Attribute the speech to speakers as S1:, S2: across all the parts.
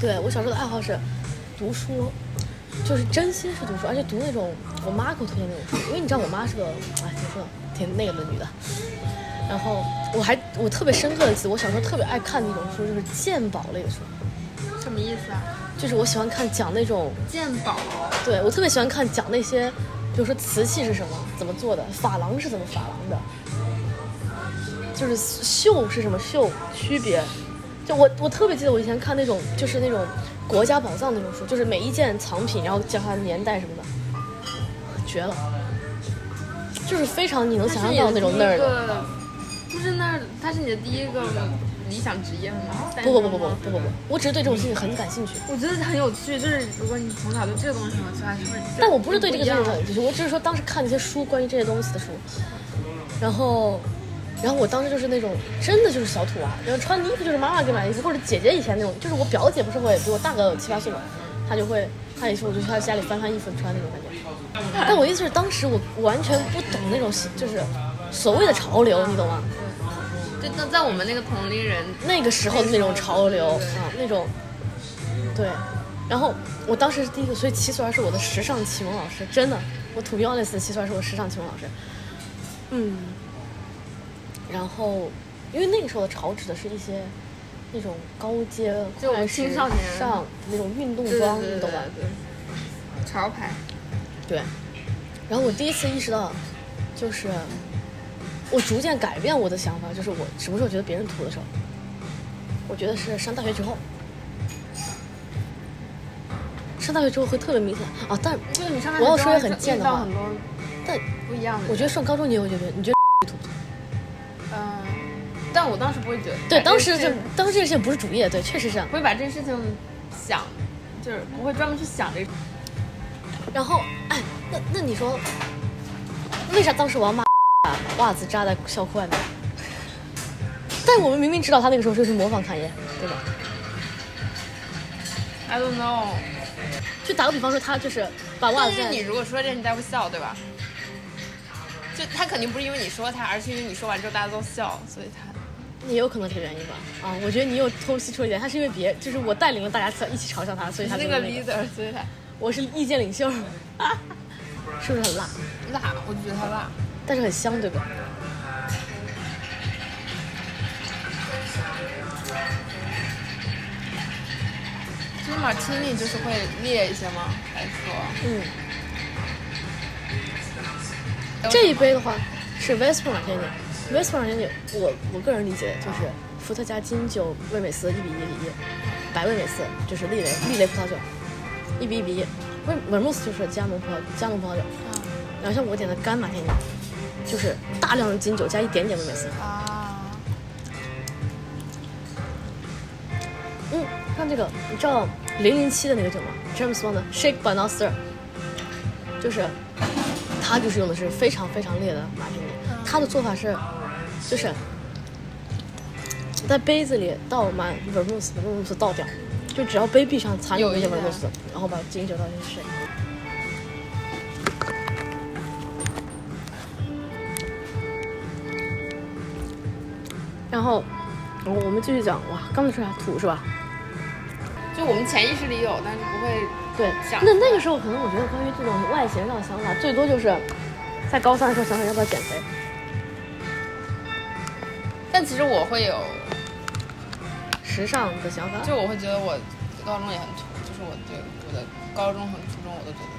S1: 对我小时候的爱好是读书，就是真心是读书，而且读那种我妈给我推荐那种书，因为你知道我妈是个哎怎么说呢，挺那个的女的。然后我还我特别深刻的记得，我小时候特别爱看的一种书就是鉴宝类的书，
S2: 什么意思啊？
S1: 就是我喜欢看讲那种
S2: 鉴宝，
S1: 对我特别喜欢看讲那些，比如说瓷器是什么，怎么做的，珐琅是怎么珐琅的，就是绣是什么绣区别。就我我特别记得我以前看那种就是那种国家宝藏那种书，就是每一件藏品，然后讲它年代什么的，绝了，就是非常你能想象到那种那儿的。
S2: 的，就是那儿，它是你的第一个理想职业吗？
S1: 不不不不不不不不，我只是对这种事情很感兴趣，
S2: 我觉得很有趣，就是如果你从小对这个东西很有趣，还是会。
S1: 但我不是对这个东西
S2: 很
S1: 很，就是我只是说当时看那些书，关于这些东西的书，然后，然后我当时就是那种真的就是小土娃、啊然后穿的衣服就是妈妈给买的衣服，或者姐姐以前那种，就是我表姐不是会比我大个七八岁嘛，她就会，她也是我就去她家里翻翻衣服穿那种感觉。但我意思是，当时我完全不懂那种就是所谓的潮流，你懂吗？
S2: 就在在我们那个同龄人，
S1: 那个时候的那种潮流啊，那种，对。然后我当时是第一个，所以齐素儿是我的时尚启蒙老师，真的，我 to be honest，齐素儿是我时尚启蒙老师。嗯。然后，因为那个时候的潮指的是一些那种高阶
S2: 就我
S1: 快
S2: 们
S1: 时
S2: 青少年
S1: 尚那种运动
S2: 对对
S1: 装，
S2: 对
S1: 你
S2: 对
S1: 懂吧？
S2: 对，潮牌，
S1: 对。然后我第一次意识到，就是我逐渐改变我的想法，就是我什么时候觉得别人土的时候，我觉得是上大学之后。上大学之后会特别明显啊，但
S2: 就是你上大
S1: 我要
S2: 学之
S1: 说
S2: 后
S1: 也很
S2: 遇
S1: 贱的
S2: 到
S1: 话
S2: 很，多
S1: 但
S2: 不一样的人。
S1: 我觉得上高中你也会觉得，你觉得
S2: 嗯，但我当时不会觉得，
S1: 对，当时
S2: 就
S1: 就当时这些不是主业，对，确实是这样。
S2: 不会把这件事情想，就是不会专门去想这个。
S1: 然后，哎，那那你说，为啥当时我要骂把袜子扎在校裤外面？ 但我们明明知道他那个时候就是模仿侃爷，对吧？
S2: I don't know。
S1: 就打个比方说，他就是把袜
S2: 但
S1: 子
S2: 是
S1: 在
S2: 你如果说这件，大家会笑，对吧？就他肯定不是因为你说他，而是因为你说完之后大家都笑，所以他
S1: 也有可能这个原因吧。啊，我觉得你有偷吸出一点，他是因为别，就是我带领了大家一起嘲笑他，所以他
S2: 是
S1: 就
S2: 那
S1: 是
S2: 个
S1: 那个
S2: leader，所以他
S1: 我是意见领袖， 是不是很辣？
S2: 辣，我就觉得他辣。
S1: 但是很香，对吧？
S2: 就是 martini 就是会烈一些吗？还是说
S1: 嗯，这一杯的话是 Vesper Martini。Vesper Martini，我我个人理解就是伏特加金酒味美思一比一比一，白味美思就是利雷利雷葡萄酒，一比一比一。威文慕斯就是加盟葡萄加盟葡萄酒，然后像我点的干马天尼，就是大量的金酒加一点点威美斯。
S2: 啊，
S1: 嗯，看这个，你知道零零七的那个酒吗？James Bond 的 Shake but not stir，就是他就是用的是非常非常烈的马提尼，他的做法是，就是在杯子里倒满 vermouth，vermouth 倒掉，就只要杯壁上残留
S2: 有
S1: 一些
S2: 一点
S1: vermouth，然后把金酒倒进去 shake。然后，我我们继续讲哇，刚才说啥土是吧？
S2: 就我们潜意识里有，但是不会
S1: 对
S2: 想，
S1: 那那个时候可能我觉得关于这种外形上的想法，最多就是在高三的时候想想要不要减肥。
S2: 但其实我会有，
S1: 时尚的想法，
S2: 就我会觉得我高中也很土，就是我对我的高中和初中我都觉得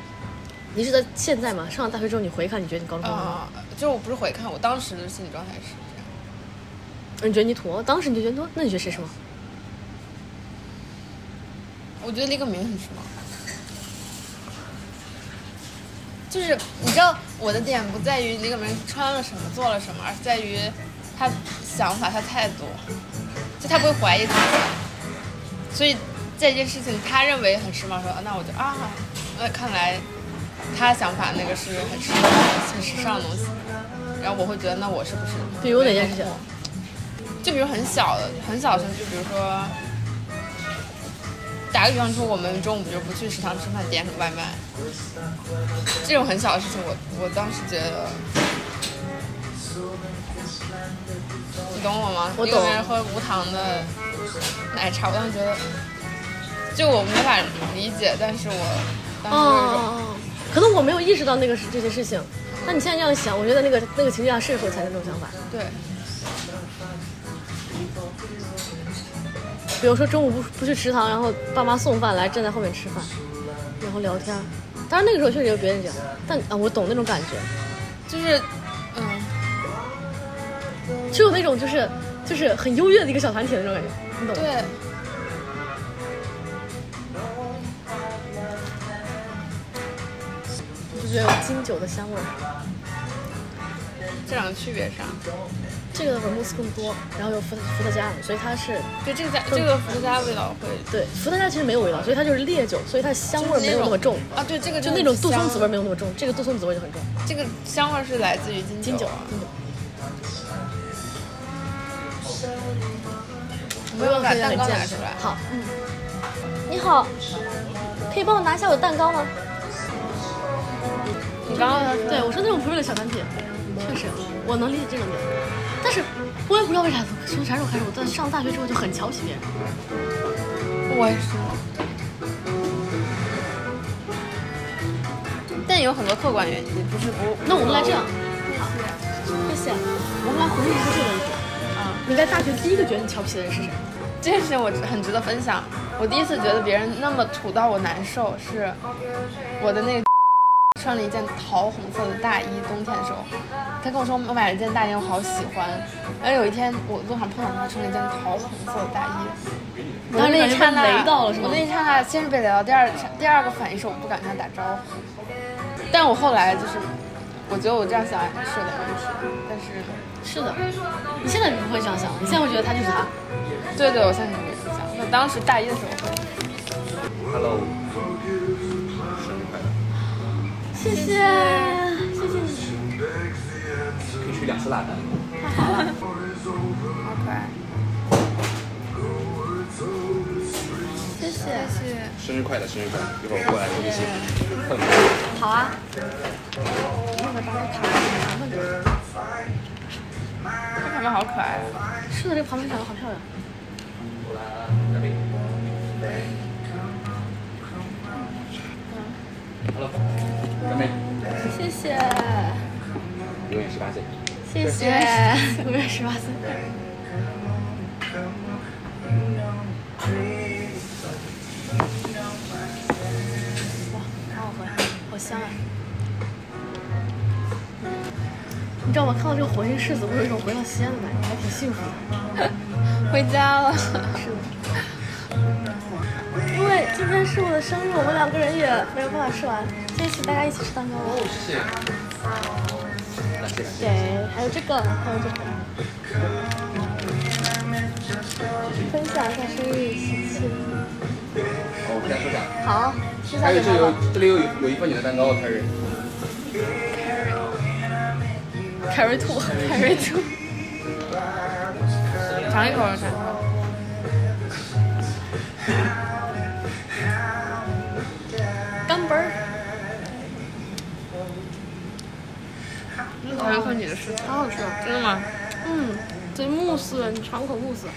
S1: 你是在现在吗？上了大学之后，你回看，你觉得你高中吗？
S2: 啊、就是我不是回看我当时的心理状态是这样，
S1: 你觉得你土？哦当时你就觉得多，那你觉得谁是吗？
S2: 我觉得李个明很时髦。就是你知道我的点不在于李个明穿了什么做了什么，而是在于他想法他态度，就他不会怀疑自己，所以这件事情他认为很时髦，说啊那我就啊，那看来他想法那个是很时髦、很时尚的东西，然后我会觉得那我是不是？
S1: 比如哪件事情？
S2: 就比如很小的、很小的时候，就比如说，打个比方说，我们中午就不去食堂吃饭，点个外卖，这种很小的事情我，我当时觉得，你懂我吗？
S1: 我懂
S2: 一个人喝无糖的奶茶，我当时觉得，就我没法理解，但是我当时就是说
S1: 哦，可能我没有意识到那个是这些事情。那你现在这样想，我觉得那个那个情境下是会产生这种想法。
S2: 对，
S1: 比如说中午不不去食堂，然后爸妈送饭来，站在后面吃饭，然后聊天。当然那个时候确实有别人讲，但啊，我懂那种感觉，
S2: 就是嗯，
S1: 就有那种就是就是很优越的一个小团体的那种感觉，你懂吗？
S2: 对，
S1: 就觉得有金酒的香味儿。
S2: 这两个区别是啥？
S1: 这个文慕斯更多，然后有伏特伏特加的，所以它是
S2: 对，这个在这个伏特加味道会
S1: 对伏特加其实没有味道，所以它就是烈酒，所以它香味儿没有那么重，
S2: 啊，对，这个
S1: 就那种杜松子味儿
S2: 香，
S1: 没有那么重，这个杜松子味儿就很重。
S2: 这个香味儿是来自于金
S1: 金酒
S2: 啊，，
S1: 金酒。
S2: 没有把
S1: 非常
S2: 蛋糕
S1: 健
S2: 拿出
S1: 身
S2: 来。
S1: 好，嗯。你好，可以帮我拿一下我的蛋糕吗？
S2: 你刚刚
S1: 对，我说那种不是个小单品，确实，我能理解这种点，但是我也不知道为啥，从啥时候开始，我在上大学之后就很瞧不起别人。
S2: 我也是。但有很多客观原因，不是不。
S1: 那我们来这样，好，哦谢谢。我们来回忆一下这个问题。
S2: 啊，
S1: 你在大学第一个觉得你瞧不起的人是谁？
S2: 这件事情我很值得分享。我第一次觉得别人那么土到我难受，是我的那个穿了一件桃红色的大衣，冬天的时候，他跟我说我买了一件大衣，我好喜欢。然后有一天我路上碰到他穿了一件桃红色的大衣，我
S1: 当时
S2: 那一
S1: 感觉
S2: 刹那
S1: 被雷到了是吗
S2: 我那一刹那先是被雷到，第二第二个反应是我不敢跟他打招呼。但我后来就是，我觉得我这样想是有点问题，但是
S1: 是的，你现在不会这样想，你现在会觉得他就是他。
S2: 对对，我现在也是这样。我当时大一的时候会。
S3: Hello，生日快乐！
S1: 谢谢，谢谢你。
S3: 可以吹两次蜡烛。
S2: 好可爱。
S1: 谢谢。
S3: 生日快乐，生日快乐！一会儿我过来给你写。碰一下
S1: 好啊。
S2: 这旁边好可爱啊。
S1: 是的，这个旁边长得好漂亮。
S3: Hello，干杯！
S1: 谢谢，
S3: 永远十八岁。
S1: 谢谢，永远十八岁。哇，好好喝，好香啊！你知道吗？看到这个火星柿子，我有一种回到西安的感觉，还挺幸福的。
S2: 回家了。
S1: 是的。因为今天是我的生日，我们两个人也没有办法吃完，这一起大家一起吃蛋糕吧。
S3: 谢谢。感谢感谢。
S1: 对，还有这个，还有这个。分享一下生日喜庆。
S3: 哦，我再说啥？
S1: 好，吃下
S3: 还有
S1: 点
S3: 这有
S1: 吧。
S3: 这里有有一份你的蛋糕，Carry。
S1: 凯瑞兔，凯瑞兔。
S2: 尝一口，尝一口。
S1: 干杯儿。
S2: 嗯尝一口你的试试。
S1: 好好吃哦。
S2: 真的吗？
S1: 嗯，这慕斯，你尝口慕斯。